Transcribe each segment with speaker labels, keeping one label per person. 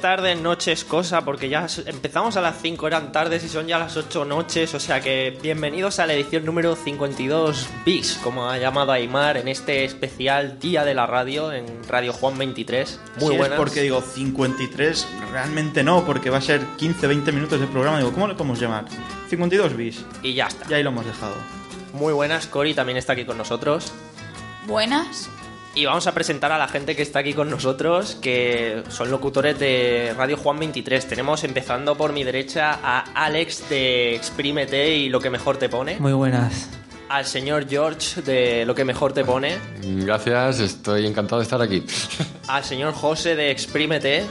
Speaker 1: tardes, noches, cosa, porque ya empezamos a las 5, eran tardes y son ya las 8 noches, o sea que bienvenidos a la edición número 52 bis, como ha llamado Aymar en este especial Día de la Radio en Radio Juan 23. Muy
Speaker 2: sí,
Speaker 1: buenas.
Speaker 2: Es porque digo 53, realmente no, porque va a ser 15-20 minutos de programa, digo, ¿cómo le podemos llamar? 52 bis.
Speaker 1: Y ya está.
Speaker 2: Y ahí lo hemos dejado.
Speaker 1: Muy buenas, Cori también está aquí con nosotros.
Speaker 3: Buenas.
Speaker 1: Y vamos a presentar a la gente que está aquí con nosotros, que son locutores de Radio Juan 23. Tenemos empezando por mi derecha a Alex de Exprímete y Lo que mejor te pone.
Speaker 4: Muy buenas.
Speaker 1: Al señor George de Lo que mejor te pone.
Speaker 5: Gracias, estoy encantado de estar aquí.
Speaker 1: Al señor José de Exprímete.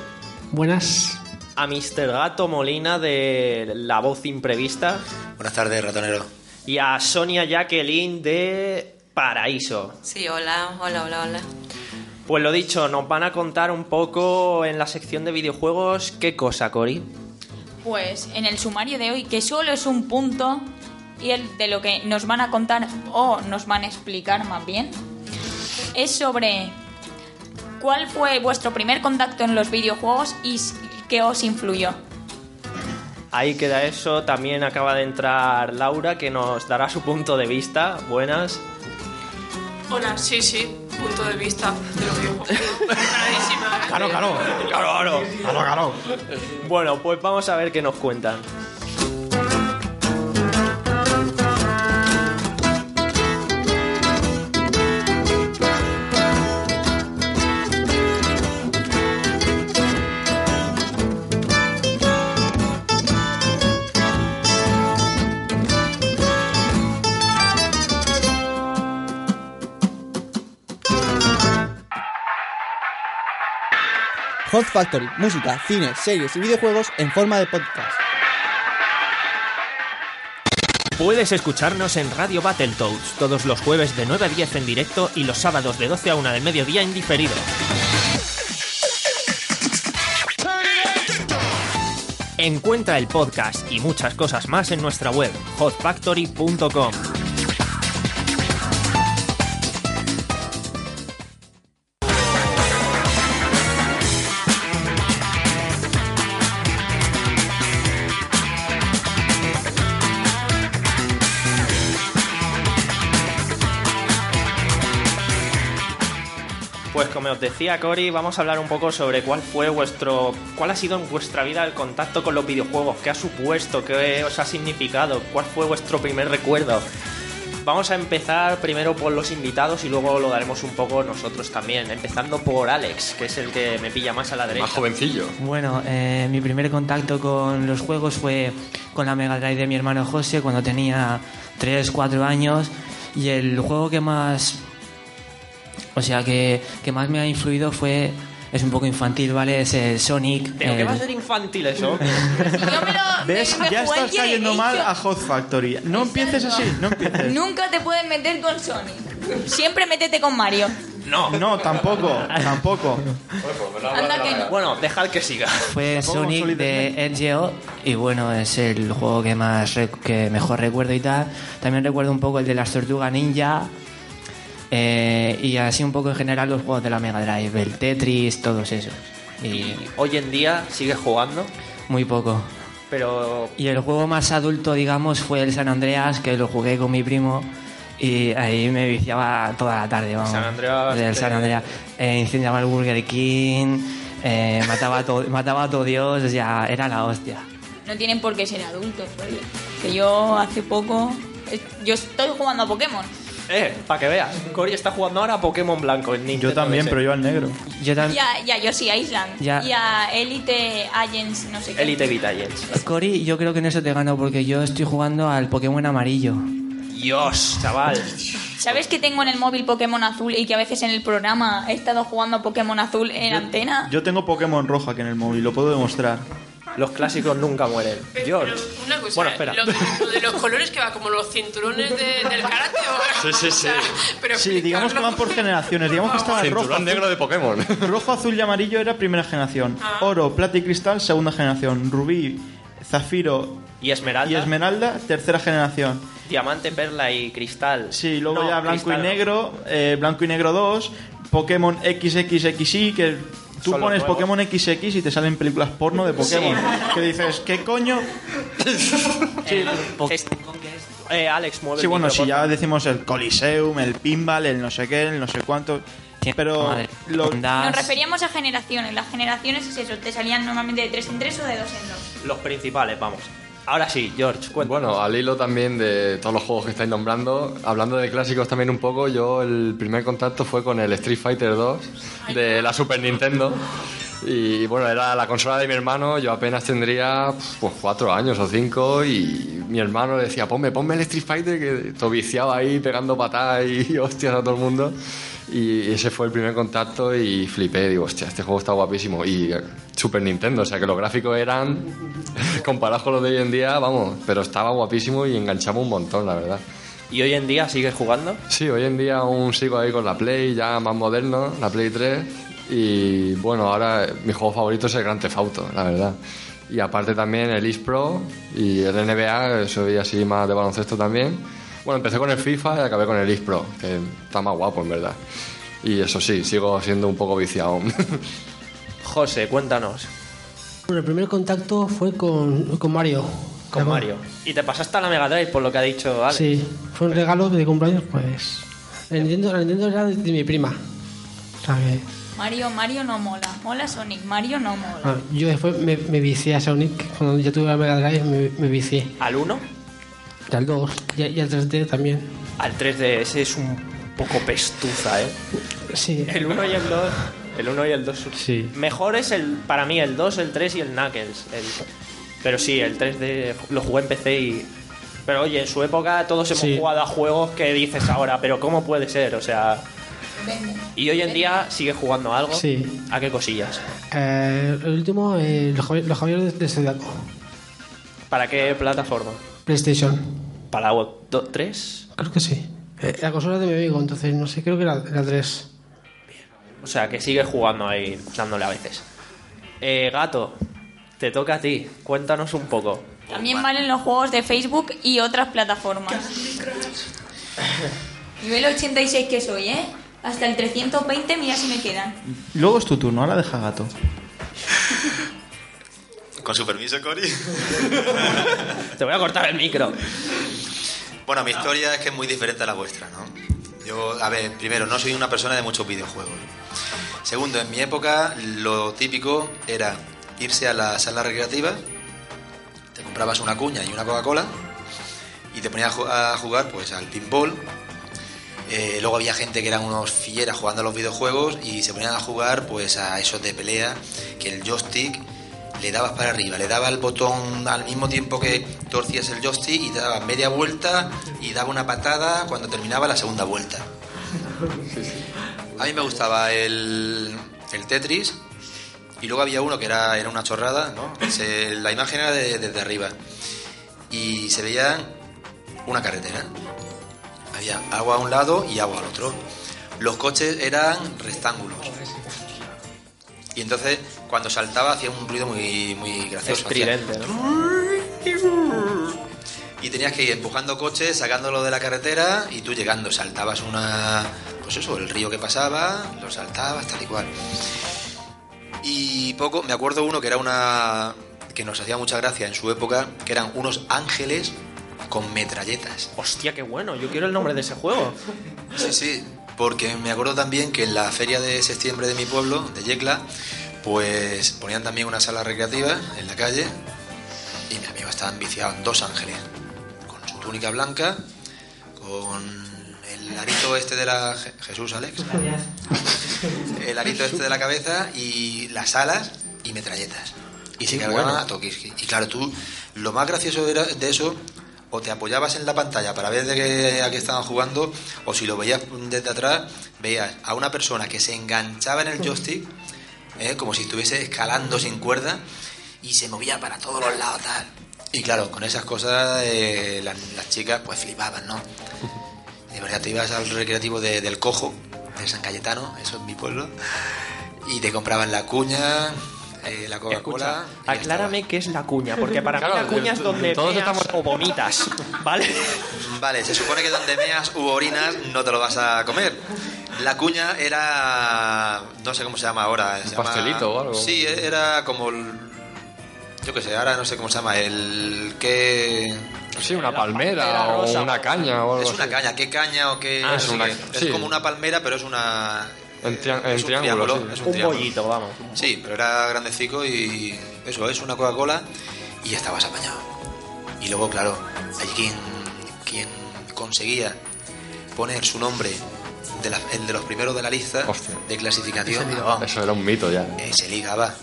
Speaker 6: Buenas.
Speaker 1: A Mr. Gato Molina de La Voz Imprevista.
Speaker 7: Buenas tardes, ratonero.
Speaker 1: Y a Sonia Jacqueline de paraíso.
Speaker 8: Sí, hola, hola, hola, hola.
Speaker 1: Pues lo dicho, nos van a contar un poco en la sección de videojuegos qué cosa, Cori.
Speaker 3: Pues en el sumario de hoy, que solo es un punto, y el de lo que nos van a contar o nos van a explicar más bien, es sobre cuál fue vuestro primer contacto en los videojuegos y qué os influyó.
Speaker 1: Ahí queda eso, también acaba de entrar Laura que nos dará su punto de vista. Buenas.
Speaker 9: Hola, sí, sí, punto de vista de los videojuegos. ¿eh?
Speaker 2: claro, claro,
Speaker 1: claro,
Speaker 2: claro, claro.
Speaker 1: Bueno, pues vamos a ver qué nos cuentan.
Speaker 10: Hot Factory, música, cine, series y videojuegos en forma de podcast.
Speaker 11: Puedes escucharnos en Radio Battletoads todos los jueves de 9 a 10 en directo y los sábados de 12 a 1 del mediodía en diferido. Encuentra el podcast y muchas cosas más en nuestra web, hotfactory.com.
Speaker 1: Pues como os decía Cory, vamos a hablar un poco sobre cuál fue vuestro, cuál ha sido en vuestra vida el contacto con los videojuegos, qué ha supuesto, qué os ha significado, cuál fue vuestro primer recuerdo. Vamos a empezar primero por los invitados y luego lo daremos un poco nosotros también, empezando por Alex, que es el que me pilla más a la derecha.
Speaker 5: Más jovencillo.
Speaker 4: Bueno, eh, mi primer contacto con los juegos fue con la Mega Drive de mi hermano José cuando tenía 3, 4 años y el juego que más o sea, que, que más me ha influido fue. Es un poco infantil, ¿vale? Es el Sonic.
Speaker 1: ¿Pero
Speaker 4: el...
Speaker 2: Eh.
Speaker 1: qué va a ser infantil eso?
Speaker 2: ¿Ves? Ya estás cayendo mal a Hot Factory. No empieces así, no empieces.
Speaker 3: Nunca te puedes meter con Sonic. Siempre métete con Mario.
Speaker 1: No.
Speaker 2: em- No, tampoco, tampoco.
Speaker 3: Anda que no.
Speaker 1: Bueno, dejad que siga.
Speaker 4: Fue Sonic de NGO y bueno, es el juego que más que mejor recuerdo y tal. También recuerdo un poco el de las tortugas ninja. Eh, y así un poco en general los juegos de la Mega Drive, el Tetris, todos esos.
Speaker 1: ¿Y,
Speaker 2: Eh.
Speaker 1: ¿Y hoy en día sigues jugando?
Speaker 4: Muy poco.
Speaker 1: Pero...
Speaker 4: Y el juego más adulto, digamos, fue el San Andreas, que lo jugué con mi primo. Y ahí me viciaba toda la tarde, vamos.
Speaker 1: San Andreas,
Speaker 4: Del San
Speaker 1: te-
Speaker 4: Andreas. Eh, incendiaba el Burger King, eh, mataba, a todo, mataba a todo Dios, o sea, era la hostia.
Speaker 3: No tienen por qué ser adultos, oye. Que yo hace poco. eh, Yo estoy jugando a Pokémon.
Speaker 1: Eh, para que veas, Cory está jugando ahora a Pokémon Blanco en Nintendo
Speaker 2: Yo también,
Speaker 1: DS.
Speaker 2: pero yo al negro.
Speaker 4: Yo
Speaker 3: Y
Speaker 4: también.
Speaker 3: a, y a Yoshi Island.
Speaker 4: Ya.
Speaker 3: Y a Elite Agents, no sé qué.
Speaker 1: Elite Vitaliens.
Speaker 4: Cory, yo creo que en eso te gano porque yo estoy jugando al Pokémon amarillo.
Speaker 1: Dios, chaval.
Speaker 3: ¿Sabes que tengo en el móvil Pokémon azul y que a veces en el programa he estado jugando a Pokémon azul en antena?
Speaker 2: Yo tengo Pokémon roja aquí en el móvil, lo puedo demostrar.
Speaker 1: Los clásicos nunca mueren.
Speaker 9: Pero
Speaker 1: George.
Speaker 9: una cosa, eh,
Speaker 1: bueno, espera.
Speaker 9: Lo, de, lo de los colores que va como los cinturones de- del karate. ¿o?
Speaker 5: Sí, sí, sí.
Speaker 9: O sea, pero
Speaker 2: Sí, digamos que van por generaciones. Digamos que estaba el rojo,
Speaker 5: Cinturón
Speaker 2: azul,
Speaker 5: negro de Pokémon.
Speaker 2: rojo, azul y amarillo era primera generación.
Speaker 1: Ah.
Speaker 2: Oro, plata y cristal, segunda generación. Rubí, zafiro
Speaker 1: Y Esmeralda.
Speaker 2: y esmeralda, tercera generación.
Speaker 1: Diamante, Perla y Cristal.
Speaker 2: Sí, luego
Speaker 1: No,
Speaker 2: ya blanco
Speaker 1: Cristal
Speaker 2: y
Speaker 1: no.
Speaker 2: negro, eh, blanco y negro 2, Pokémon XXXY, que tú
Speaker 1: Son los
Speaker 2: pones
Speaker 1: nuevos.
Speaker 2: Pokémon XX y te salen películas porno de Pokémon. Que dices, ¿qué coño?
Speaker 4: Po-
Speaker 1: Es- Eh, Alex, mueve
Speaker 2: Sí,
Speaker 1: el
Speaker 2: bueno,
Speaker 1: micro,
Speaker 2: si
Speaker 1: por
Speaker 2: ya decimos el Coliseum, el Pinball, el no sé qué, el no sé cuánto. Pero
Speaker 4: Madre,
Speaker 2: lo-
Speaker 4: ondas.
Speaker 7: Ah,
Speaker 3: Nos referíamos a generaciones. Las generaciones es eso, te salían normalmente de 3 en 3 o de 2 en 2.
Speaker 1: favor. Los principales, vamos. Ahora sí, George, cuéntanos.
Speaker 5: Bueno, al hilo también de todos los juegos que estáis nombrando, hablando de clásicos también un poco, yo el primer contacto fue con el Street Fighter 2 de la Super Nintendo. Y bueno, era la consola de mi hermano, yo apenas tendría pues cuatro años o cinco y mi hermano le decía, ponme, ponme el Street Fighter que todo viciaba ahí pegando patadas y hostias a todo el mundo. Y ese fue el primer contacto y flipé, digo, hostia, este juego está guapísimo. Y eh, Super Nintendo, o sea que los gráficos eran, comparados con los de hoy en día, vamos, pero estaba guapísimo y enganchamos un montón, la verdad.
Speaker 1: ¿Y hoy en día sigues jugando?
Speaker 5: Sí, hoy en día aún sigo ahí con la Play, ya más moderno, la Play 3. Y bueno, ahora eh, mi juego favorito es el Gran Auto, la verdad. Y aparte también el East Pro y el NBA, eh, soy así más de baloncesto también. Bueno, empecé con el FIFA y acabé con el East Pro, que está más guapo en verdad. Y eso sí, sigo siendo un poco viciado.
Speaker 1: José, cuéntanos.
Speaker 6: Bueno, el primer contacto fue con, con Mario.
Speaker 1: Con
Speaker 6: Además,
Speaker 1: Mario. Y te pasaste a la Mega Drive por lo que ha dicho Alex.
Speaker 6: Sí, fue un regalo de cumpleaños, pues. La Nintendo, la Nintendo era de, de mi prima. O sea que,
Speaker 3: Mario, Mario no mola. Mola Sonic, Mario no mola.
Speaker 6: ah, yo después me, me vicié a Sonic. Cuando ya tuve la Mega Drive, me, me vicié.
Speaker 1: ¿Al 1?
Speaker 6: Y al 2 y, al- y al 3D también.
Speaker 1: Al 3DS es un poco pestuza, ¿eh?
Speaker 6: Sí.
Speaker 1: El 1 y el 2. El 1 y el 2.
Speaker 6: Sí.
Speaker 1: Mejor es el, para mí el 2, el 3 y el Knuckles. el- pero sí, el 3D lo jugué en PC y... Pero oye, en su época todos hemos
Speaker 6: Sí.
Speaker 1: jugado a juegos que dices ahora, pero ¿cómo puede ser? O sea... Y hoy en día sigues jugando a algo.
Speaker 6: Sí.
Speaker 1: ¿A qué cosillas?
Speaker 6: Eh, el último, eh, los, Javi- los Javier de Zodiaco.
Speaker 1: ¿Para qué plataforma?
Speaker 6: PlayStation.
Speaker 1: ¿Para 3?
Speaker 6: Creo que sí. Eh, la consola de mi amigo, entonces no sé, creo que era la 3.
Speaker 1: O sea, que sigues jugando ahí, dándole a veces. Eh, gato, te toca a ti. Cuéntanos un poco.
Speaker 3: También valen los juegos de Facebook y otras plataformas. Nivel 86 que soy, ¿eh? Hasta el 320, mira si me quedan.
Speaker 2: Luego es tu turno, ahora deja gato.
Speaker 7: Con su permiso, Cory.
Speaker 1: Te voy a cortar el micro.
Speaker 7: Bueno, mi historia es que es muy diferente a la vuestra, ¿no? Yo, a ver, primero, no soy una persona de muchos videojuegos. Segundo, en mi época lo típico era irse a la sala recreativa, te comprabas una cuña y una Coca-Cola y te ponías a ju- a jugar pues al pinball. Eh, luego había gente que eran unos fieras jugando a los videojuegos y se ponían a jugar pues a esos de pelea, que el joystick le dabas para arriba, le daba el botón al mismo tiempo que torcías el joystick y daba media vuelta y daba una patada cuando terminaba la segunda vuelta. A mí me gustaba el, el Tetris y luego había uno que era, era una chorrada, ¿no? Se- la imagen era de- desde arriba y se veía una carretera. Había agua a un lado y agua al otro. Los coches eran rectángulos. Y entonces cuando saltaba hacía un ruido muy, muy gracioso. hacía-
Speaker 1: Estridente, ¿no?
Speaker 7: y tenías que ir empujando coches, sacándolo de la carretera y tú llegando, saltabas una, pues eso, el río que pasaba, lo saltabas, tal y cual. Y poco, me acuerdo uno que era una que nos hacía mucha gracia en su época, que eran unos ángeles con metralletas.
Speaker 1: Hostia, qué bueno, yo quiero el nombre de ese juego.
Speaker 7: Sí, sí, porque me acuerdo también que en la feria de septiembre de mi pueblo, de Yecla, pues ponían también una sala recreativa en la calle y mis amigos estaban viciados en Dos Ángeles, con su túnica blanca, con el arito este de la... Je- Jesús, Alex. El arito este de la cabeza y las alas y metralletas. Y se
Speaker 1: Qué
Speaker 7: cargaban
Speaker 1: bueno.
Speaker 7: a Tokiski. Y claro, tú, lo más gracioso era de eso, o te apoyabas en la pantalla para ver de qué, a qué estaban jugando, o si lo veías desde atrás, veías a una persona que se enganchaba en el joystick, ¿eh? como si estuviese escalando sin cuerda, y se movía para todos los lados, tal. Y claro, con esas cosas eh, las, las chicas pues flipaban, ¿no? De verdad, te ibas al recreativo de- del Cojo, de San Cayetano, eso es mi pueblo, y te compraban la cuña, eh, la Coca-Cola.
Speaker 1: Escucha, aclárame qué es la cuña, porque para mí
Speaker 7: Claro,
Speaker 1: la cuña es donde
Speaker 7: todos
Speaker 1: meas
Speaker 7: estamos-
Speaker 1: o vomitas, ¿vale?
Speaker 7: Vale, se supone que donde meas u orinas no te lo vas a comer. La cuña era. No sé cómo se llama ahora. se
Speaker 5: Un
Speaker 7: llama-
Speaker 5: pastelito o algo.
Speaker 7: Sí, era como. el- Yo qué sé, ahora no sé cómo se llama. El. que
Speaker 5: Sí,
Speaker 7: Eh,
Speaker 5: una palmera o una caña o algo
Speaker 7: Es una
Speaker 5: así.
Speaker 7: caña, ¿qué caña o qué?
Speaker 5: Ah, es
Speaker 7: no sé
Speaker 5: una-
Speaker 7: qué. Es
Speaker 5: sí.
Speaker 7: como una palmera, pero es una. eh,
Speaker 5: En, tria- en
Speaker 7: es un
Speaker 5: triángulo,
Speaker 7: triángulo,
Speaker 5: sí.
Speaker 7: es un Un triángulo. bollito,
Speaker 1: vamos.
Speaker 7: Sí, pero era grandecico y eso es una Coca-Cola y ya estabas apañado. Y luego, claro, hay quien, quien conseguía poner su nombre de la- el de los primeros de la lista de clasificación, vamos,
Speaker 5: Eso era un mito ya.
Speaker 7: eh, se ligaba.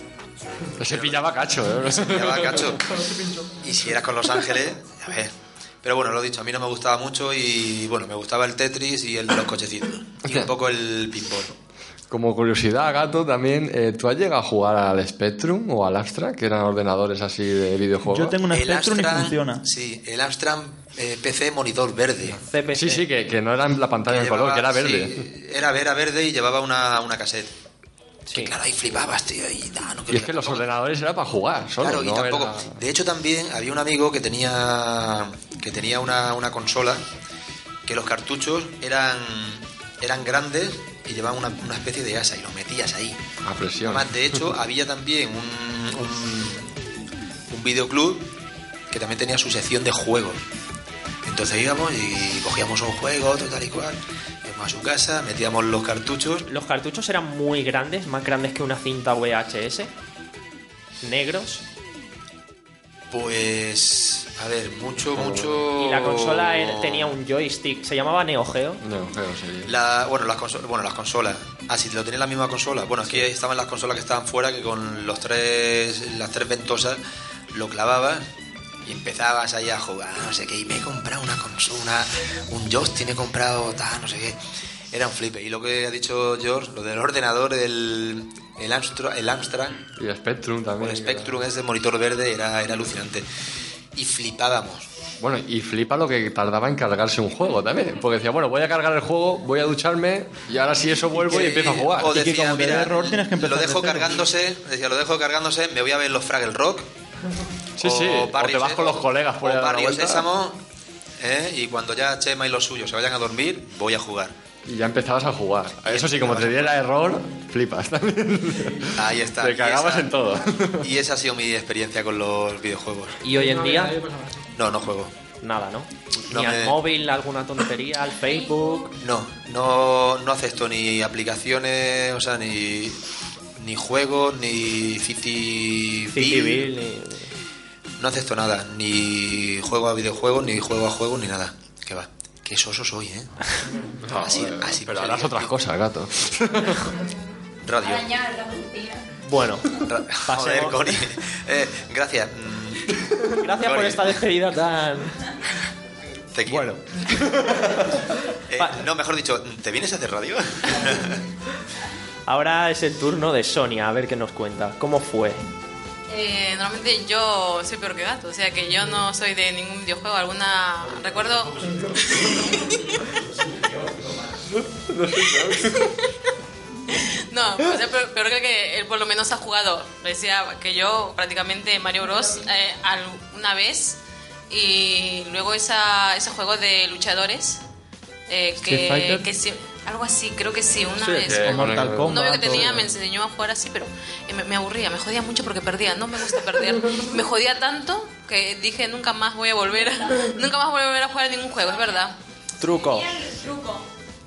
Speaker 5: Se pillaba cacho, ¿eh?
Speaker 7: Se pillaba cacho. Y si eras con Los Ángeles, a ver. Pero bueno, lo dicho, a mí no me gustaba mucho y bueno, me gustaba el Tetris y el de los cochecitos. Y un poco el pinball.
Speaker 5: Como curiosidad, gato, también, eh, ¿tú has llegado a jugar al Spectrum o al Astra, que eran ordenadores así de videojuegos?
Speaker 2: Yo tengo una
Speaker 7: El
Speaker 2: Spectrum y
Speaker 7: Amstrad-
Speaker 2: funciona.
Speaker 7: Sí, el Amstrad eh, PC monitor verde.
Speaker 5: Sí, sí, que, que no era la pantalla en color, que era
Speaker 7: Llevaba-
Speaker 5: verde.
Speaker 7: sí, era, era verde y llevaba una, una cassette. Que claro, ahí flipabas, tío. Y, da, no
Speaker 5: Y es que los ordenadores era para jugar, solo,
Speaker 7: Claro, y
Speaker 5: no
Speaker 7: tampoco.
Speaker 5: Era-
Speaker 7: De hecho, también había un amigo que tenía que tenía una, una consola que los cartuchos eran eran grandes y llevaban una, una especie de asa y los metías ahí.
Speaker 5: A presión.
Speaker 7: Además, de hecho, había también un, un, un videoclub que también tenía su sección de juegos. Entonces íbamos y cogíamos un juego, otro tal y cual, íbamos a su casa, metíamos los cartuchos.
Speaker 1: Los cartuchos eran muy grandes, más grandes que una cinta VHS. Negros.
Speaker 7: Pues, a ver, mucho, mucho...
Speaker 1: Y la
Speaker 7: Oh.
Speaker 1: consola era- tenía un joystick, se llamaba Neo Geo.
Speaker 5: No, creo, sí.
Speaker 7: La- bueno, las consolas, bueno, las consolas. Ah, si lo tenía la misma consola. Bueno, es que estaban las consolas que estaban fuera, que con los tres, las tres ventosas lo clavabas y empezabas ahí a jugar, no sé qué. Y me he comprado una consola, un joystick, me he comprado tal, no sé qué. Era un flipe. Y lo que ha dicho George, lo del ordenador, el, el, Amstrad, el Amstrad,
Speaker 5: Y el Spectrum también.
Speaker 7: el Spectrum, ese monitor verde, era, era alucinante. Y flipábamos.
Speaker 5: Bueno, y flipa lo que tardaba en cargarse un juego también. Porque decía, bueno, voy a cargar el juego, voy a ducharme y ahora si eso vuelvo y,
Speaker 7: que-
Speaker 5: empiezo a jugar.
Speaker 7: O decía,
Speaker 5: te dé
Speaker 7: mira,
Speaker 5: tienes que
Speaker 7: lo
Speaker 5: empezar de
Speaker 7: dejo
Speaker 5: cero".
Speaker 7: cargándose, decía, lo dejo cargándose, me voy a ver los Fraggle Rock.
Speaker 5: Sí, sí, o te vas con los colegas por ahí
Speaker 7: o
Speaker 5: a dar una
Speaker 7: Barrio
Speaker 5: vuelta.
Speaker 7: Sésamo, ¿eh? y cuando ya Chema y los suyos se vayan a dormir, voy a jugar.
Speaker 5: Y ya empezabas a jugar. Eso sí, como te diera error, flipas también.
Speaker 7: Ahí está.
Speaker 5: Te
Speaker 7: Y
Speaker 5: cagabas
Speaker 7: esa-
Speaker 5: en todo.
Speaker 7: Y esa ha sido mi experiencia con los videojuegos.
Speaker 1: Y hoy en día,
Speaker 7: No, no juego.
Speaker 1: nada, ¿no?
Speaker 7: No
Speaker 1: Ni al
Speaker 7: me-
Speaker 1: móvil, alguna tontería, al Facebook.
Speaker 7: No, no, no acepto ni aplicaciones, o sea, ni, ni juegos, ni City,
Speaker 1: City
Speaker 7: Bill.
Speaker 1: Bill, ni-
Speaker 7: No acepto nada, ni juego a videojuegos, ni juego a juegos, ni nada. Que va. Qué soso soy, ¿eh? así, así
Speaker 5: Pero harás otras cosas, gato.
Speaker 7: Radio.
Speaker 3: Arañar la mentira.
Speaker 1: Bueno,
Speaker 7: Joder, Cori. Eh, gracias. Mm.
Speaker 1: Gracias por
Speaker 7: Cori,
Speaker 1: esta despedida tan.
Speaker 7: Te quiero. Eh, no, mejor dicho, ¿te vienes a hacer radio?
Speaker 1: Ahora es el turno de Sonia, a ver qué nos cuenta. ¿Cómo fue?
Speaker 8: Eh, normalmente yo soy peor que gato, o sea que yo no soy de ningún videojuego. Alguna. Recuerdo. No, o sea, peor, peor que el que él por lo menos ha jugado. Decía que yo prácticamente Mario Bros. eh, alguna vez y luego esa, ese juego de luchadores. eh,
Speaker 2: Street
Speaker 8: que,
Speaker 2: Fighter.
Speaker 8: que sí, algo así, creo que sí, una
Speaker 2: Sí,
Speaker 8: vez.
Speaker 2: que
Speaker 8: un-
Speaker 2: Mortal
Speaker 8: un novio que
Speaker 2: Kombat,
Speaker 8: tenía
Speaker 2: o-
Speaker 8: me enseñó a jugar así, pero eh, me, me aburría, me jodía mucho porque perdía, no me gusta perder. Me jodía tanto que dije nunca más voy a volver, a- nunca más voy a volver a jugar a ningún juego, es verdad.
Speaker 5: Truco.
Speaker 3: Truco.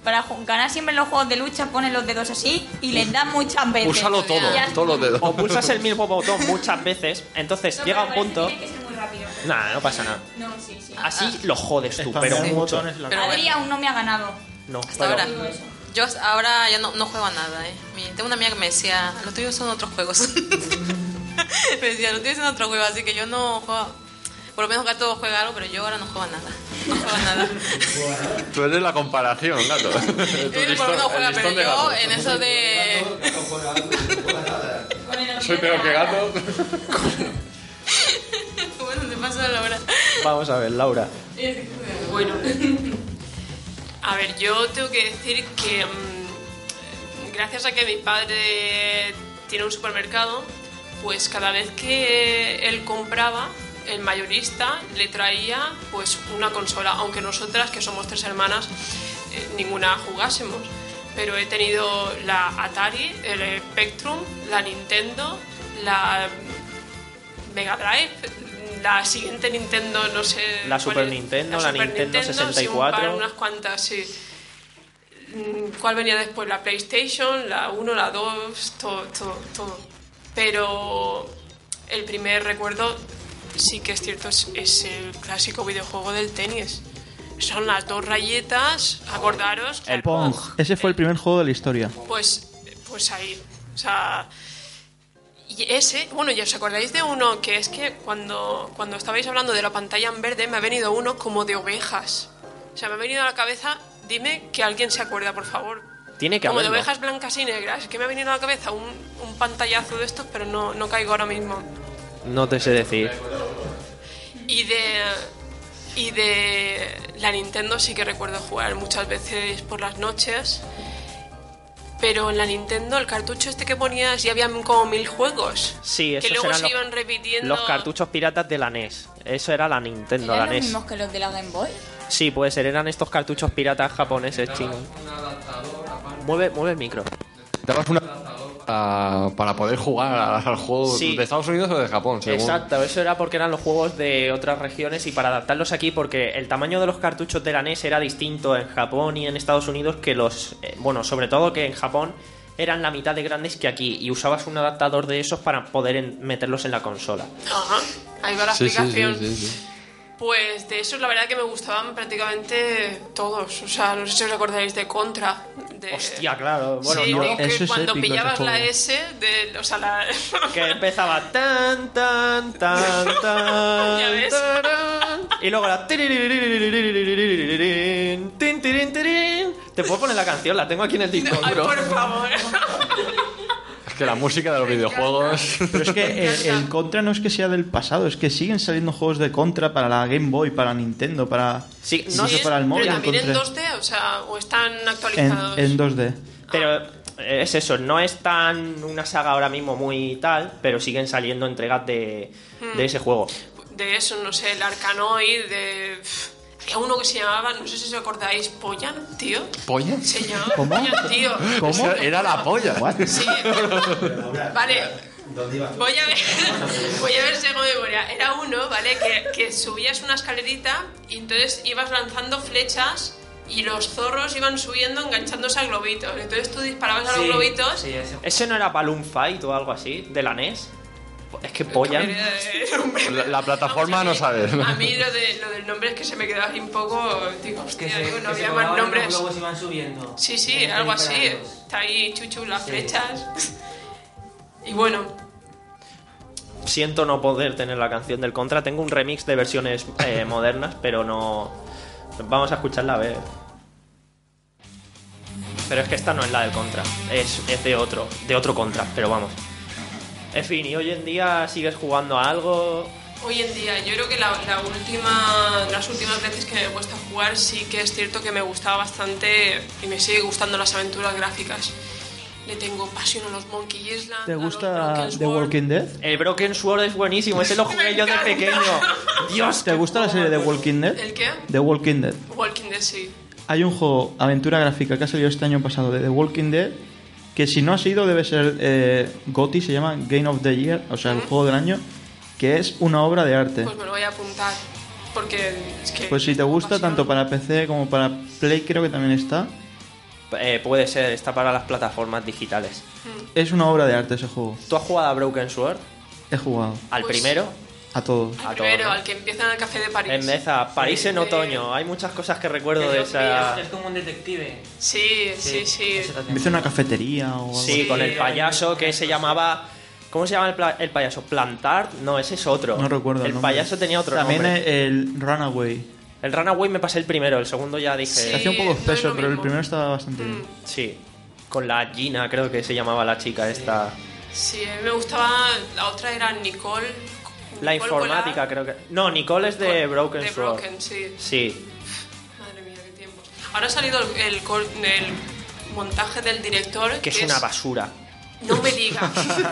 Speaker 3: Para ju- ganar siempre en los juegos de lucha pones los dedos así y les das muchas veces.
Speaker 5: Úsalo todo,
Speaker 3: Ya-
Speaker 5: todos los dedos.
Speaker 1: O pulsas el mismo botón muchas veces, entonces
Speaker 3: No,
Speaker 1: llega un
Speaker 3: pero
Speaker 1: punto.
Speaker 3: parece que tiene que ser muy rápido.
Speaker 1: Nada, no pasa nada.
Speaker 3: No, sí, sí.
Speaker 5: Ah,
Speaker 1: Así lo jodes tú,
Speaker 2: Spamear
Speaker 1: pero
Speaker 2: un
Speaker 1: mucho.
Speaker 2: botón es la-
Speaker 8: Pero
Speaker 3: Adri aún no me ha ganado.
Speaker 1: No,
Speaker 8: Hasta
Speaker 1: pero-
Speaker 8: ahora. Yo hasta ahora ya no, no juego a nada, ¿eh? Mi- tengo una amiga que me decía, los tuyos son otros juegos. me decía, los tuyos son otros juegos, así que yo no juego. Por lo menos Gato juega algo, pero yo ahora no juego a nada. No juego a nada.
Speaker 5: Tú eres la comparación, gato. Tú
Speaker 8: Él por
Speaker 5: listón-
Speaker 8: lo menos juega,
Speaker 5: el listón
Speaker 8: pero
Speaker 5: de
Speaker 8: yo
Speaker 5: gato.
Speaker 9: eh,
Speaker 8: en eso de...
Speaker 5: Soy peor que gato.
Speaker 8: bueno, te paso la hora.
Speaker 1: Vamos a ver, Laura.
Speaker 9: Bueno, a ver, yo tengo que decir que mm, gracias a que mi padre tiene un supermercado, pues cada vez que él compraba, el mayorista le traía pues una consola, aunque nosotras, que somos tres hermanas, eh, ninguna jugásemos. Pero he tenido la Atari, el Spectrum, la Nintendo, la Mega Drive, la siguiente Nintendo, no sé.
Speaker 1: La
Speaker 9: cuál
Speaker 1: Super
Speaker 9: es.
Speaker 1: Nintendo, la
Speaker 9: Super
Speaker 1: Nintendo
Speaker 9: sí, un par,
Speaker 1: 64.
Speaker 9: unas cuantas, sí. Mm, ¿Cuál venía después? La PlayStation, la 1, la 2, todo, todo, todo. Pero el primer recuerdo, sí que es cierto, es, es el clásico videojuego del tenis. Son las dos rayetas, acordaros.
Speaker 1: El
Speaker 2: Pong. Ese fue el primer juego de la historia.
Speaker 9: Pues, pues ahí. O sea. Y ese, bueno, ¿ya os acordáis de uno que es que cuando, cuando estabais hablando de la pantalla en verde me ha venido uno como de ovejas? O sea, me ha venido a la cabeza, dime que alguien se acuerda, por favor.
Speaker 1: Tiene que
Speaker 9: como de
Speaker 1: haberlo.
Speaker 9: ovejas blancas y negras. Es que me ha venido a la cabeza un, un pantallazo de estos, pero no, no caigo ahora mismo.
Speaker 1: No te sé decir.
Speaker 9: Y de. Y de la Nintendo sí que recuerdo jugar muchas veces por las noches. Pero en la Nintendo, el cartucho este que ponías, ya habían como mil juegos.
Speaker 1: Sí,
Speaker 9: que
Speaker 1: esos
Speaker 9: luego
Speaker 1: eran
Speaker 9: se
Speaker 1: los-
Speaker 9: iban repitiendo.
Speaker 1: Los cartuchos piratas de la NES. Eso era la Nintendo, la
Speaker 3: ¿Eran los
Speaker 1: NES.
Speaker 3: mismos que los de la Game Boy?
Speaker 1: Sí, puede ser. Eran estos cartuchos piratas japoneses, chingos. Mueve, mueve el micro.
Speaker 5: Dabas una ah, para poder jugar al, al juego
Speaker 1: Sí.
Speaker 5: de Estados Unidos o de Japón, según.
Speaker 1: Exacto, eso era porque eran los juegos de otras regiones y para adaptarlos aquí, porque el tamaño de los cartuchos de la NES era distinto en Japón y en Estados Unidos que los. eh, bueno, sobre todo que en Japón eran la mitad de grandes que aquí y usabas un adaptador de esos para poder en- meterlos en la consola.
Speaker 9: Ajá, ahí va la
Speaker 5: Sí, sí,
Speaker 9: explicación.
Speaker 5: sí, sí, sí.
Speaker 9: Pues de esos, la verdad que me gustaban prácticamente todos. O sea, no sé si os acordáis de Contra. De...
Speaker 1: Hostia, claro. Bueno,
Speaker 9: Sí,
Speaker 1: no-
Speaker 9: de que
Speaker 2: Eso es
Speaker 9: cuando
Speaker 2: épico,
Speaker 9: pillabas
Speaker 2: ese
Speaker 9: la
Speaker 2: juego.
Speaker 9: S, de, o sea, la.
Speaker 1: que empezaba tan tan tan tan
Speaker 9: Ya ves.
Speaker 1: tarán, y luego la tiriririririririn, tin, tirin, tirin. te puedo poner la canción la tengo aquí en el disco
Speaker 9: Ay,
Speaker 1: duro.
Speaker 9: por favor.
Speaker 5: Es que la música de los videojuegos.
Speaker 2: Pero es que eh, el, el Contra no es que sea del pasado, es que siguen saliendo juegos de Contra para la Game Boy, para Nintendo, para.
Speaker 1: Sí, no
Speaker 2: no
Speaker 1: sé
Speaker 2: sé para el móvil.
Speaker 9: Pero también en
Speaker 2: Contra.
Speaker 9: 2D, o sea, o están
Speaker 2: En,
Speaker 9: actualizados.
Speaker 2: en 2D.
Speaker 1: pero eh, es eso no es tan una saga ahora mismo muy tal pero siguen saliendo entregas de, de ese juego
Speaker 9: De eso, no sé, el Arcanoid, de. pff, Había uno que se llamaba, no sé si os acordáis, Pollan, tío.
Speaker 5: ¿Polla?
Speaker 9: Se llamaba
Speaker 2: ¿Cómo?
Speaker 9: Pollan, tío.
Speaker 5: O sea, Era la polla.
Speaker 9: Sí. Vale. Voy a ver, voy a ver si hago memoria. Era uno, ¿vale? Que, que subías una escalerita y entonces ibas lanzando flechas y los zorros iban subiendo enganchándose a globitos. Entonces tú disparabas a los globitos.
Speaker 1: ese no era Balloon Fight o algo así de la NES es que polla
Speaker 9: Eh, hombre,
Speaker 5: La, la plataforma no sabes.
Speaker 9: A mí lo, de, lo del nombre es que se me quedaba así un poco. Digo, hostia, digo, no había más
Speaker 4: colgaban
Speaker 9: nombres.
Speaker 4: Los globos y van subiendo.
Speaker 9: Sí, sí,
Speaker 4: Tenías que
Speaker 9: algo así.
Speaker 4: dispararlos.
Speaker 9: Está ahí chuchu las
Speaker 4: Sí.
Speaker 9: flechas. Y bueno,
Speaker 1: siento no poder tener la canción del Contra tengo un remix de versiones eh, modernas pero no vamos a escucharla a ver pero es que esta no es la del Contra es, es de otro de otro Contra pero vamos en fin y hoy en día sigues jugando a algo
Speaker 9: Hoy en día, yo creo que la, la última, las últimas veces que me he puesto a jugar sí que es cierto que me gustaba bastante y me sigue gustando las aventuras gráficas. Le tengo pasión a los Monkey Island.
Speaker 2: ¿Te
Speaker 9: a los
Speaker 2: gusta
Speaker 9: Broken
Speaker 2: The
Speaker 9: Sword.
Speaker 2: Walking Dead?
Speaker 1: el Broken Sword es buenísimo ese lo jugué yo de pequeño
Speaker 9: ¡Ah,
Speaker 1: Dios
Speaker 2: ¿Te gusta la serie The Walking Dead?
Speaker 9: ¿El qué?
Speaker 2: The Walking Dead.
Speaker 9: Walking Dead, sí.
Speaker 2: Hay un juego, aventura gráfica, que ha salido este año pasado de The Walking Dead, que si no ha sido debe ser eh, GOTY, se llama Game of the Year, o sea, el juego del año, que es una obra de arte.
Speaker 9: Pues me lo voy a apuntar. Porque es que.
Speaker 2: Pues si te gusta, tanto para PC como para Play creo que también está.
Speaker 1: Eh, puede ser, está para las plataformas digitales.
Speaker 2: Es una obra de arte ese juego.
Speaker 1: ¿Tú has jugado a Broken Sword?
Speaker 2: He jugado.
Speaker 1: ¿Al
Speaker 9: Pues-
Speaker 1: primero?
Speaker 2: A todos.
Speaker 9: Al
Speaker 1: A
Speaker 9: primero,
Speaker 1: todos, ¿no?
Speaker 9: al que empieza en el café de París.
Speaker 1: En mesa, París en
Speaker 9: Sí,
Speaker 1: otoño. Hay muchas cosas que recuerdo de
Speaker 9: Dios
Speaker 1: esa.
Speaker 9: mío,
Speaker 4: como un detective.
Speaker 9: Sí, sí, sí.
Speaker 2: Empieza en una cafetería o algo
Speaker 1: Sí,
Speaker 2: así.
Speaker 1: con el payaso que se llamaba. ¿Cómo se llama el, pla- el payaso? ¿Plantar? No, ese es otro.
Speaker 2: No recuerdo.
Speaker 1: El
Speaker 2: nombre.
Speaker 1: payaso tenía otro
Speaker 2: También
Speaker 1: nombre.
Speaker 2: el Runaway.
Speaker 1: El Runaway me pasé el primero, el segundo ya dije.
Speaker 2: Se hacía un poco espeso, pero el primero estaba bastante bien.
Speaker 1: Sí, con la Gina, creo que se llamaba la chica esta.
Speaker 9: Sí, a mí me gustaba. La otra era Nicole.
Speaker 1: La
Speaker 9: Nicole
Speaker 1: informática, creo que. No, Nicole es de Broken
Speaker 9: de
Speaker 1: Sword.
Speaker 9: Broken, sí.
Speaker 1: Sí,
Speaker 9: Madre mía, qué tiempos. Ahora ha salido el, el cor- el montaje del director.
Speaker 1: que es una basura.
Speaker 9: No me digas.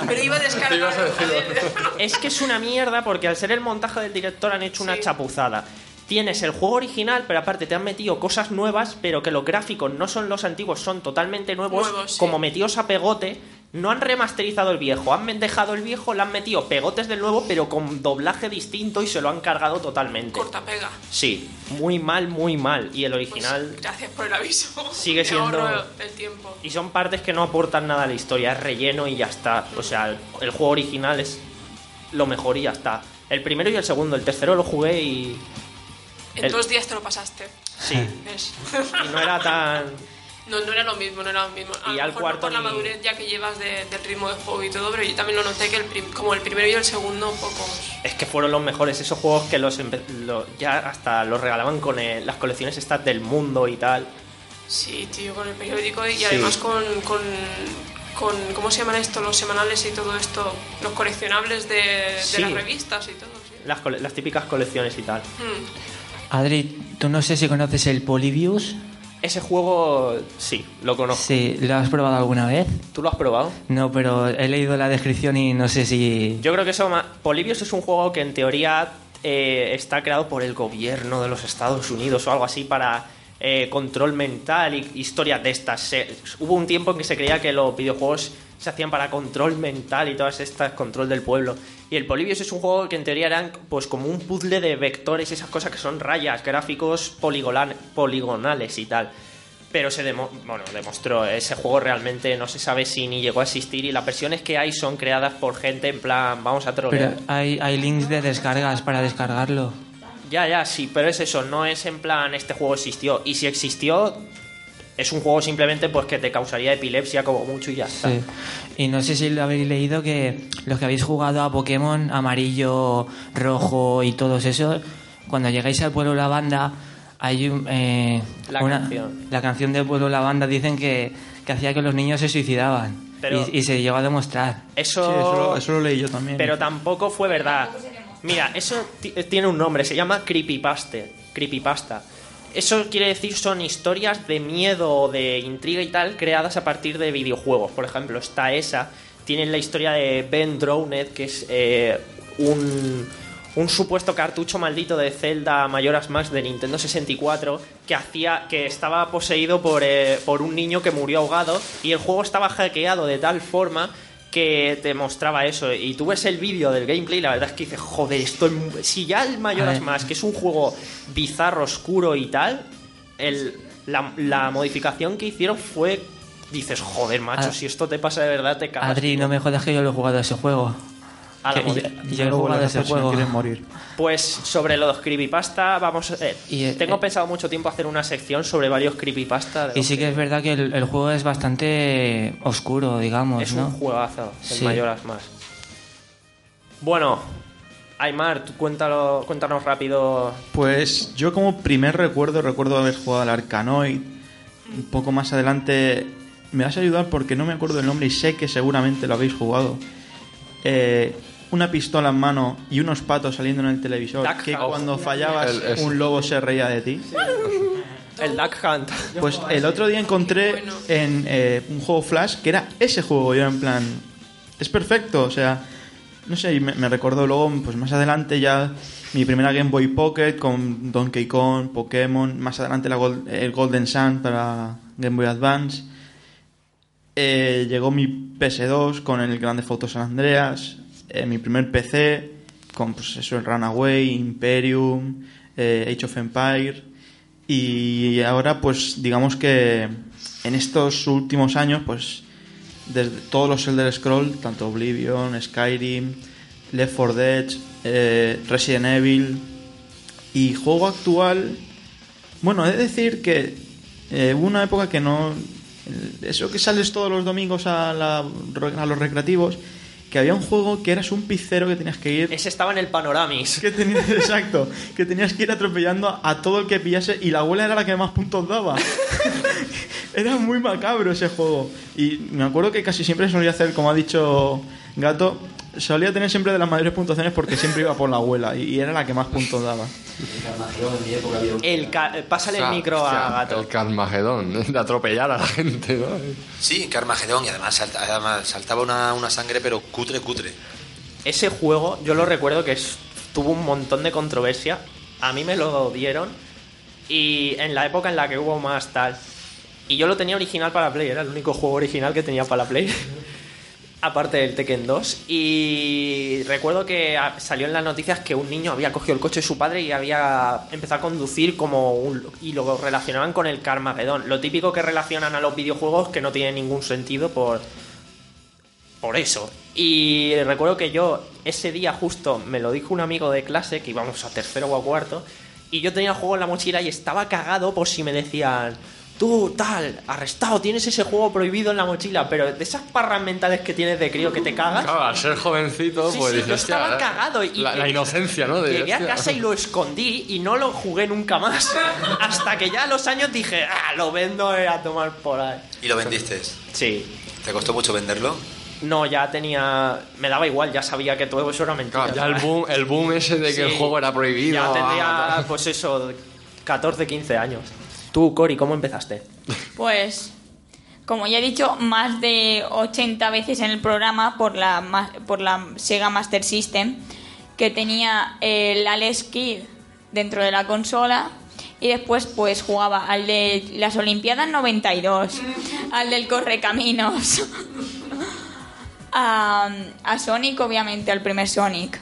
Speaker 9: me lo iba a descargar.
Speaker 1: Es que es una mierda porque al ser el montaje del director han hecho una chapuzada. Tienes el juego original, pero aparte te han metido cosas nuevas, pero que los gráficos no son los antiguos, son totalmente nuevos,
Speaker 11: Nuevos, sí.
Speaker 1: como metidos a pegote. No han remasterizado el viejo, han dejado el viejo, le han metido pegotes del nuevo, pero con doblaje distinto y se lo han cargado totalmente.
Speaker 9: Corta pega.
Speaker 1: Sí, muy mal, muy mal. Y el
Speaker 11: Pues
Speaker 1: original...
Speaker 9: Pues, Gracias por el aviso.
Speaker 1: Sigue
Speaker 9: Me
Speaker 1: siendo-
Speaker 9: ahorro el tiempo.
Speaker 1: Y son partes que no aportan nada a la historia, es relleno y ya está. O sea, el, el juego original es lo mejor y ya está. El primero y el segundo, el tercero lo jugué y.
Speaker 9: En
Speaker 1: el-
Speaker 9: dos días te lo pasaste.
Speaker 1: Sí.
Speaker 9: ¿Ves?
Speaker 1: Y no era tan.
Speaker 9: No, no era lo mismo, no era lo mismo. A
Speaker 1: Y
Speaker 9: lo
Speaker 1: al
Speaker 9: mejor no
Speaker 1: cuarto
Speaker 9: por la
Speaker 1: ni-
Speaker 9: madurez ya que llevas de- del ritmo de juego y todo, pero yo también lo noté que el prim- como el primero y el segundo pocos.
Speaker 1: Es que fueron los mejores, esos juegos que los, empe- lo- ya hasta los regalaban con eh, las colecciones estas del mundo y tal.
Speaker 9: Sí, tío, con el periódico y
Speaker 1: Sí.
Speaker 9: además con, con, con- ¿Cómo se llaman esto? Los semanales y todo esto. Los coleccionables de, de
Speaker 1: Sí.
Speaker 9: las revistas y todo. sí.
Speaker 1: Las, cole- las típicas colecciones y tal.
Speaker 9: Hmm.
Speaker 4: Adri, tú no sé si conoces el Polybius.
Speaker 1: Ese juego, sí, lo conozco.
Speaker 4: Sí, ¿lo has probado alguna vez?
Speaker 1: ¿Tú lo has probado?
Speaker 4: No, pero he leído la descripción y no sé si...
Speaker 1: Yo creo que eso. ma- Polybius es un juego que en teoría eh, está creado por el gobierno de los Estados Unidos o algo así para eh, control mental y historias de estas. Se- hubo un tiempo en que se creía que los videojuegos se hacían para control mental y todas estas, control del pueblo. Y el Polybius es un juego que en teoría eran pues como un puzzle de vectores y esas cosas que son rayas, gráficos poligolan- poligonales y tal. Pero se demo- bueno, demostró, ese juego realmente no se sabe si ni llegó a existir y las versiones que hay son creadas por gente en plan, vamos a
Speaker 4: Pero
Speaker 1: trolear.
Speaker 4: hay, hay links de descargas para descargarlo.
Speaker 1: Ya, ya, sí, pero es eso, no es en plan este juego existió. Y si existió, es un juego simplemente pues que te causaría epilepsia como mucho y ya está.
Speaker 4: Sí. Y no sé si lo habéis leído que los que habéis jugado a Pokémon amarillo, rojo y todos esos, cuando llegáis al pueblo Lavanda, hay un, eh,
Speaker 1: La
Speaker 4: una-
Speaker 1: canción.
Speaker 4: la canción del pueblo Lavanda dicen que, que hacía que los niños se suicidaban.
Speaker 1: Pero-
Speaker 4: y, y se llegó a demostrar.
Speaker 1: Eso...
Speaker 2: Sí, eso, lo- eso lo leí yo también.
Speaker 1: Pero tampoco fue verdad. Mira, eso ti- eh, tiene un nombre, se llama creepypasta. Creepypasta. Eso quiere decir son historias de miedo o de intriga y tal creadas a partir de videojuegos. Por ejemplo, está esa. Tienen la historia de Ben Drowned, que es eh, un, un supuesto cartucho maldito de Zelda Mayoras Max de Nintendo 64 que hacía que estaba poseído por, eh, por un niño que murió ahogado y el juego estaba hackeado de tal forma que te mostraba eso y tú ves el vídeo del gameplay y la verdad es que dices joder esto es mu- si ya el Mayoras
Speaker 4: A ver.
Speaker 1: Max que es un juego bizarro oscuro y tal el, la, la modificación que hicieron fue dices joder macho
Speaker 4: A-
Speaker 1: si esto te pasa de verdad te cagas
Speaker 4: Adri, no me jodas que yo lo he jugado a ese juego.
Speaker 1: A la
Speaker 4: Que yo-
Speaker 1: modi-
Speaker 4: yo,
Speaker 1: No
Speaker 4: he
Speaker 1: lo vuelvas
Speaker 4: jugado
Speaker 1: a
Speaker 4: a ese
Speaker 1: hacer si no
Speaker 4: juego.
Speaker 1: quieres
Speaker 2: morir.
Speaker 1: Pues sobre los creepypasta, vamos. eh,
Speaker 4: Y, eh,
Speaker 1: tengo
Speaker 4: eh,
Speaker 1: pensado mucho tiempo hacer una sección sobre varios creepypasta. de
Speaker 4: Y
Speaker 1: los
Speaker 4: sí que es verdad que el, el juego es bastante oscuro, digamos,
Speaker 1: Es
Speaker 4: ¿no?
Speaker 1: un juegazo, el
Speaker 4: Sí.
Speaker 1: Mayoras más. Bueno, Aymar, tú cuéntalo, cuéntanos rápido.
Speaker 2: Pues yo como primer recuerdo, recuerdo haber jugado al Arcanoid. Un poco más adelante me vas a ayudar porque no me acuerdo el nombre y sé que seguramente lo habéis jugado. Eh, una pistola en mano y unos patos saliendo en el televisor
Speaker 1: Duck
Speaker 2: que
Speaker 1: Hunt.
Speaker 2: cuando fallabas
Speaker 5: El- ese.
Speaker 2: un lobo se reía de ti.
Speaker 1: El Duck Hunt.
Speaker 2: Pues el otro día encontré en eh, un juego Flash que era ese juego. Yo era en plan, es perfecto, o sea, no sé, y me, me recordó luego, pues más adelante ya mi primera Game Boy Pocket con Donkey Kong, Pokémon, más adelante la Gol- el Golden Sun para Game Boy Advance. Eh, llegó mi PS2 con el Grande Foto San Andreas, eh, mi primer PC, con pues eso, el Runaway, Imperium, eh, Age of Empire. Y ahora, pues digamos que en estos últimos años, pues desde todos los Elder Scrolls, tanto Oblivion, Skyrim, Left 4 Dead, eh, Resident Evil y juego actual. Bueno, he de decir que eh, hubo una época que no. Eso que sales todos los domingos a, la- a los recreativos, que había un juego que eras un pizzero que tenías que ir.
Speaker 1: Ese estaba en el Panoramis.
Speaker 2: Que tenías, exacto, que tenías que ir atropellando a, a todo el que pillase y la abuela era la que más puntos daba. era muy macabro ese juego. Y me acuerdo que casi siempre solía hacer, como ha dicho Gato, solía tener siempre de las mayores puntuaciones porque siempre iba por la abuela y, y era la que más puntos daba.
Speaker 1: El ca- eh, Pásale el
Speaker 5: Ah,
Speaker 1: micro
Speaker 5: hostia,
Speaker 1: a Gato.
Speaker 5: El Carmagedón, de atropellar a la gente, ¿no?
Speaker 7: Sí, Carmagedón, y además, salta- además saltaba una, una sangre, pero cutre, cutre.
Speaker 1: Ese juego, yo lo recuerdo que es- tuvo un montón de controversia. A mí me lo dieron. Y en la época en la que hubo más tal. Y yo lo tenía original para Play, era el único juego original que tenía para Play. Aparte del Tekken 2. Y recuerdo que ah, salió en las noticias que un niño había cogido el coche de su padre y había empezado a conducir como un. Y lo relacionaban con el Carmagedón. Lo típico que relacionan a los videojuegos que no tiene ningún sentido por por eso. Y recuerdo que yo ese día justo me lo dijo un amigo de clase que íbamos a tercero o a cuarto y yo tenía el juego en la mochila y estaba cagado por si me decían tú tal, arrestado, tienes ese juego prohibido en la mochila, pero de esas parras mentales que tienes de crío que te cagas.
Speaker 5: Claro, al ser jovencito,
Speaker 1: Sí,
Speaker 5: pues
Speaker 1: sí,
Speaker 5: dices,
Speaker 1: yo
Speaker 5: "Hostia,
Speaker 1: estaba cagado y-
Speaker 5: la, la inocencia, ¿no? De,
Speaker 1: Llegué a
Speaker 5: "Hostia".
Speaker 1: casa y lo escondí y no lo jugué nunca más. Hasta que ya a los años dije, ah, lo vendo eh, a tomar por ahí.
Speaker 7: ¿Y lo vendiste?
Speaker 1: Sí.
Speaker 7: ¿Te costó mucho venderlo?
Speaker 1: No, ya tenía. Me daba igual, ya sabía que todo eso era mentira.
Speaker 5: Claro, ya el boom, el boom ese de que el
Speaker 1: Sí.
Speaker 5: juego era prohibido.
Speaker 1: Ya
Speaker 5: ah,
Speaker 1: tendría, pues eso, 14, 15 años. Tú, Cori, ¿cómo empezaste?
Speaker 3: Pues, como ya he dicho más de 80 veces en el programa por la, ma- por la Sega Master System, que tenía el Alex Kidd dentro de la consola y después pues jugaba al de las Olimpiadas 92, al del Correcaminos, a, a Sonic obviamente, al primer Sonic.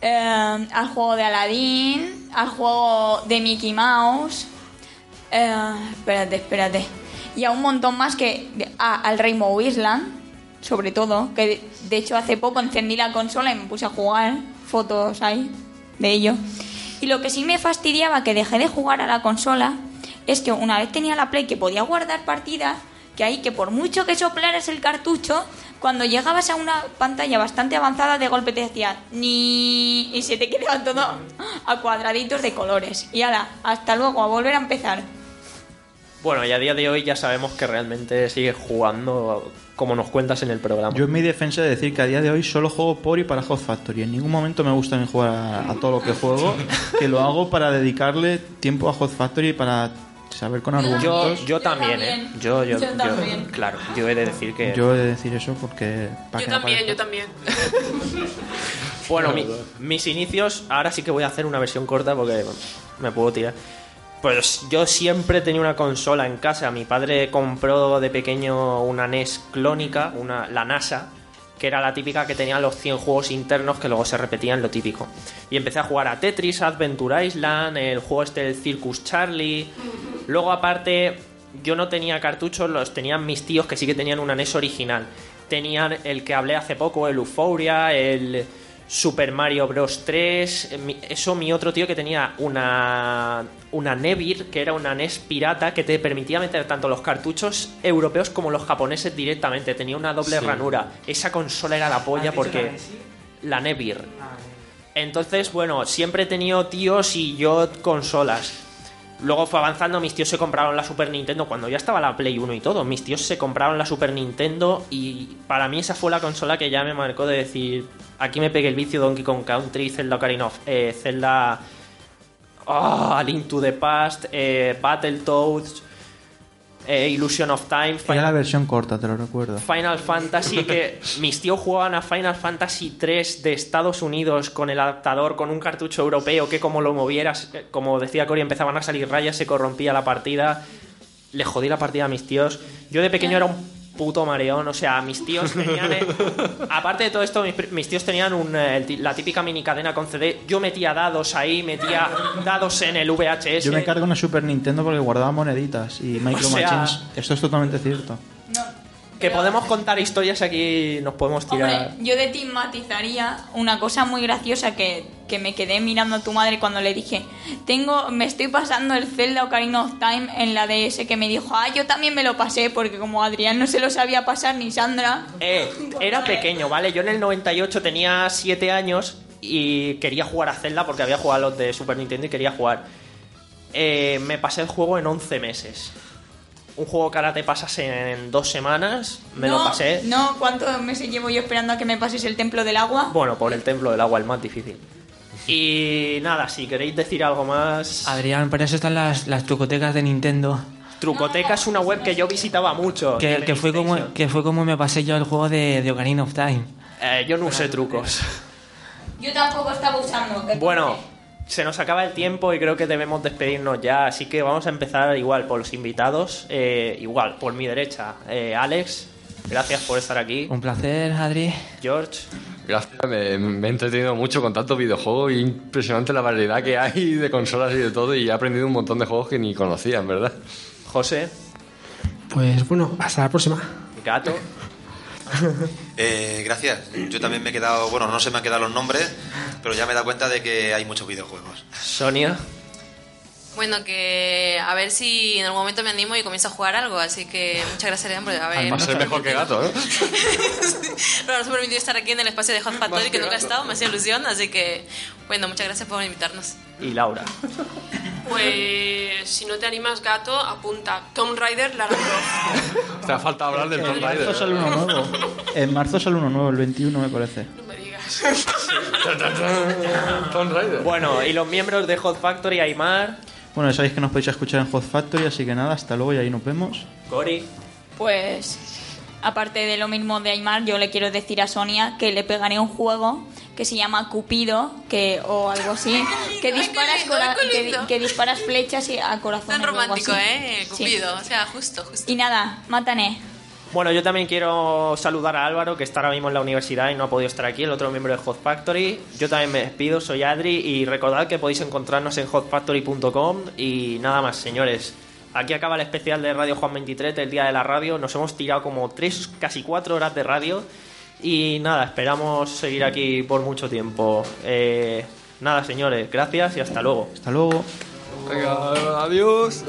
Speaker 3: eh, al juego de Aladdin, al juego de Mickey Mouse, eh, espérate, espérate. Y a un montón más que. ah, al Rainbow Island, sobre todo. Que de, de hecho hace poco encendí la consola y me puse a jugar. Fotos ahí de ello. Y lo que sí me fastidiaba que dejé de jugar a la consola es que una vez tenía la Play que podía guardar partidas, que ahí que por mucho que soplaras el cartucho, cuando llegabas a una pantalla bastante avanzada de golpe te decía ni y se te quedaba todo a cuadraditos de colores. Y ala, hasta luego, a volver a empezar.
Speaker 1: Bueno, y a día de hoy ya sabemos que realmente sigues jugando como nos cuentas en el programa.
Speaker 2: Yo en mi defensa de decir que a día de hoy solo juego por y para Hot Factory. En ningún momento me gusta ni jugar a, a todo lo que juego, que lo hago para dedicarle tiempo a Hot Factory y para saber con
Speaker 1: yo,
Speaker 2: argumentos.
Speaker 1: yo también, ¿eh?
Speaker 9: también.
Speaker 1: Yo, yo,
Speaker 9: Yo también.
Speaker 1: Claro, yo he de decir que...
Speaker 2: Yo he de decir eso porque... para
Speaker 9: Yo
Speaker 2: que no
Speaker 9: también,
Speaker 2: parezca-
Speaker 9: yo también.
Speaker 1: Bueno, mi- mis inicios, ahora sí que voy a hacer una versión corta porque me puedo tirar. Pues yo siempre tenía una consola en casa. Mi padre compró de pequeño una NES clónica, una, la NASA, que era la típica que tenía los 100 juegos internos que luego se repetían lo típico. Y empecé a jugar a Tetris, Adventure Island, el juego este del Circus Charlie. Luego aparte, yo no tenía cartuchos, los tenían mis tíos que sí que tenían una NES original. Tenían el que hablé hace poco, el Euphoria, el Super Mario Bros. 3. eh, mi- Eso mi otro tío que tenía una, una Nevir, que era una NES pirata, que te permitía meter tanto los cartuchos europeos como los japoneses directamente. Tenía una doble
Speaker 11: Sí.
Speaker 1: ranura. Esa consola era la polla
Speaker 11: dicho la
Speaker 1: porque...
Speaker 11: NES?
Speaker 1: La Nevir. Entonces, bueno, siempre he tenido tíos y yo consolas. Luego fue avanzando, mis tíos se compraron la Super Nintendo cuando ya estaba la Play 1 y todo. Mis tíos se compraron la Super Nintendo y para mí esa fue la consola que ya me marcó de decir, aquí me pegué el vicio Donkey Kong Country, Zelda Ocarina of... eh, Zelda... ah, A Link to the Past, eh, Battletoads, eh, Illusion of Time,
Speaker 2: Era la versión corta, te lo recuerdo.
Speaker 1: Final Fantasy que mis tíos jugaban a Final Fantasy 3 de Estados Unidos con el adaptador, con un cartucho europeo que como lo movieras, eh, como decía Cory, empezaban a salir rayas, se corrompía la partida. Le jodí la partida a mis tíos. Yo de pequeño era un puto mareón. O sea, mis tíos tenían. eh, aparte de todo esto, mis, pri- mis tíos tenían un, eh, el ti- la típica mini cadena con CD. Yo metía dados ahí, metía dados en el VHS.
Speaker 2: Yo me cargo una Super Nintendo porque guardaba moneditas y Micro
Speaker 1: O sea-
Speaker 2: Machines. Esto es totalmente cierto.
Speaker 1: Que podemos contar historias aquí, nos podemos tirar.
Speaker 3: Yo de ti matizaría una cosa muy graciosa que, que me quedé mirando a tu madre cuando le dije, tengo, me estoy pasando el Zelda Ocarina of Time en la DS que me dijo, ah, yo también me lo pasé porque como Adrián no se lo sabía pasar ni Sandra.
Speaker 1: Eh, era pequeño, ¿vale? Yo en el 98 tenía 7 años y quería jugar a Zelda porque había jugado a los de Super Nintendo y quería jugar. Eh, me pasé el juego en 11 meses. Un juego que ahora te pasas en dos semanas, me
Speaker 3: no,
Speaker 1: lo pasé.
Speaker 3: No, ¿cuántos meses llevo yo esperando a que me pases el Templo del Agua?
Speaker 1: Bueno, por el templo del agua, el más difícil. Y nada, si queréis decir algo más.
Speaker 4: Adrián, para eso están las, las trucotecas de Nintendo.
Speaker 1: Trucoteca es una web que yo visitaba mucho.
Speaker 4: Que,
Speaker 1: de
Speaker 4: que fue como, que fue como me pasé yo el juego de, de Ocarina of Time.
Speaker 1: Eh, yo no usé trucos.
Speaker 3: Yo tampoco estaba usando. que-
Speaker 1: Bueno, se nos acaba el tiempo y creo que debemos despedirnos ya, así que vamos a empezar igual por los invitados, eh, igual por mi derecha, eh, Alex, gracias por estar aquí,
Speaker 4: Un placer, Adri.
Speaker 1: George,
Speaker 5: Gracias, me, me he entretenido mucho con tantos videojuegos. Impresionante la variedad que hay de consolas y de todo. Y he aprendido un montón de juegos que ni conocía, en verdad.
Speaker 1: José,
Speaker 6: Pues bueno, hasta la próxima.
Speaker 1: Gato,
Speaker 7: Eh, gracias. Yo también me he quedado, bueno, no se me han quedado los nombres, pero ya me he dado cuenta de que hay muchos videojuegos.
Speaker 1: Sonia,
Speaker 8: Bueno, que a ver si en algún momento me animo y comienzo a jugar algo. Así que muchas gracias, Leandro. A ver,
Speaker 5: Va a ser mejor que gato, ¿no?
Speaker 8: Pero nos ha permitido estar aquí en el espacio de Hot Factory que nunca he estado, me hacía ilusión, así que bueno, muchas gracias por invitarnos.
Speaker 1: y Laura.
Speaker 9: Pues si no te animas, gato, apunta. Tom Rider, la Croft.
Speaker 5: Te ha faltado hablar del Tomb
Speaker 2: En marzo
Speaker 5: Raider.
Speaker 2: sale uno nuevo. En marzo sale uno nuevo, el 21 me parece.
Speaker 9: No me digas.
Speaker 5: Tomb Raider.
Speaker 1: Bueno, y los miembros de Hot Factory, Aymar,
Speaker 2: Bueno, ya sabéis que nos podéis escuchar en Hot Factory, así que nada, hasta luego y ahí nos vemos.
Speaker 1: Cory,
Speaker 3: Pues aparte de lo mismo de Aymar, yo le quiero decir a Sonia que le pegaré un juego que se llama Cupido, que o algo así, que disparas
Speaker 8: lindo,
Speaker 3: cora-
Speaker 8: ay, qué
Speaker 3: que, di-
Speaker 8: lindo.
Speaker 3: que disparas flechas y a corazón
Speaker 8: Tan romántico, ¿eh? Cupido, o sea, justo, justo.
Speaker 3: Y nada, mátane.
Speaker 1: Bueno, yo también quiero saludar a Álvaro, que está ahora mismo en la universidad y no ha podido estar aquí, el otro miembro de Hot Factory. Yo también me despido, soy Adri y recordad que podéis encontrarnos en hotfactory.com y nada más, señores. Aquí acaba el especial de Radio Juan 23 del Día de la Radio. Nos hemos tirado como tres, casi cuatro horas de radio y nada, esperamos seguir aquí por mucho tiempo. Eh, nada, señores, gracias y hasta luego.
Speaker 2: Hasta luego.
Speaker 5: Venga, adiós.